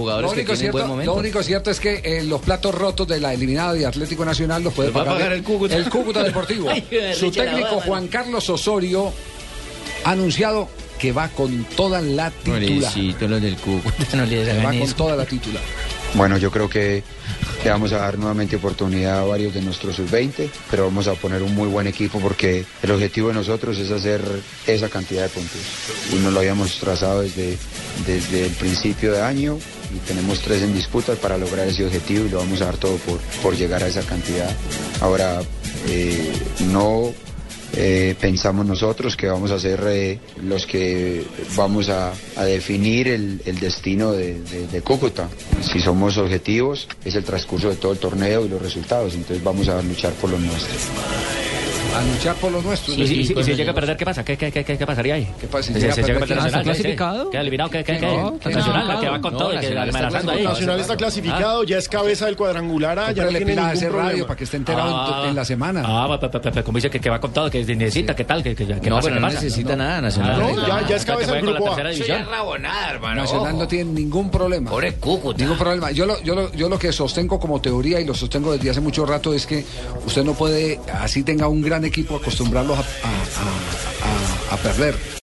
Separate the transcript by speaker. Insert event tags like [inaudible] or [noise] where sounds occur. Speaker 1: Jugadores
Speaker 2: Lo
Speaker 1: que
Speaker 2: único,
Speaker 1: tienen buen
Speaker 2: cierto,
Speaker 1: momento.
Speaker 2: lo único cierto es que eh, los platos rotos de la eliminada de Atlético Nacional los puede
Speaker 1: Los va a pagar el Cúcuta. [laughs]
Speaker 2: Deportivo.
Speaker 1: Ay, qué
Speaker 2: Su
Speaker 1: rica la
Speaker 2: técnico
Speaker 1: baba.
Speaker 2: Juan Carlos Osorio ha anunciado que va con toda la titular.
Speaker 1: Pobrecito, los del Cúcuta, no les
Speaker 2: Va
Speaker 1: hagan
Speaker 2: con
Speaker 1: eso.
Speaker 2: toda la titular.
Speaker 3: Bueno, yo creo que le vamos a dar nuevamente oportunidad a varios de nuestros sub-20, pero vamos a poner un muy buen equipo porque el objetivo de nosotros es hacer esa cantidad de puntos. Y nos lo habíamos trazado desde, desde el principio de año y tenemos tres en disputa para lograr ese objetivo y lo vamos a dar todo por, por llegar a esa cantidad. Ahora, eh, no eh, pensamos nosotros que vamos a ser eh, los que vamos a, a definir el, el destino de, de- de Cúcuta. Si somos objetivos, es el transcurso de todo el torneo y los resultados, entonces vamos a luchar por los nuestros.
Speaker 2: A luchar por lo nuestro.
Speaker 4: Pues
Speaker 5: Y, si- y si- y si llega a perder, ¿qué pasa? ¿Qué, qué, qué, qué, qué pasaría ahí?
Speaker 2: ¿Qué pasa si
Speaker 5: Si-
Speaker 2: llega
Speaker 5: si
Speaker 2: a
Speaker 5: llega a
Speaker 2: perder,
Speaker 5: perder
Speaker 2: ¿está
Speaker 5: Nacional, ¿qué?
Speaker 1: clasificado?
Speaker 5: ¿Queda eliminado? ¿Qué, qué, qué?
Speaker 1: No, que
Speaker 5: Nacional,
Speaker 1: no.
Speaker 5: la que va con
Speaker 1: No,
Speaker 5: todo y que
Speaker 1: Nacional
Speaker 5: la
Speaker 1: está
Speaker 5: amenazando ahí. Ah.
Speaker 1: clasificado.
Speaker 4: Nacional está clasificado, ya es cabeza del cuadrangular A, ya no
Speaker 2: Cómprale
Speaker 4: tiene
Speaker 2: pilas a
Speaker 4: ningún
Speaker 2: ese
Speaker 4: problema.
Speaker 2: radio para que esté enterado en to-
Speaker 5: Ah,
Speaker 2: en, la semana.
Speaker 5: Ah, pa- pa- pa- pa- como dice que, que va con todo, que necesita, ¿qué tal? Que, que, que
Speaker 1: No,
Speaker 5: pasa,
Speaker 1: pero
Speaker 5: que Ah,
Speaker 1: no
Speaker 5: pasa.
Speaker 1: necesita nada, Nacional.
Speaker 4: No, ya- ya es
Speaker 5: O sea, que
Speaker 4: cabeza del
Speaker 5: juegue con la
Speaker 4: grupo A.
Speaker 5: tercera
Speaker 1: Eso ya
Speaker 5: división.
Speaker 1: es rabonada, hermano.
Speaker 2: Nacional
Speaker 1: ojo.
Speaker 2: no tiene ningún problema.
Speaker 1: Pobre Cúcuta.
Speaker 2: Ningún problema. Yo lo, yo, lo, yo lo que sostengo como teoría y lo sostengo desde hace mucho rato es que usted no puede, así tenga un gran equipo, acostumbrarlos a- a- a- a- a perder.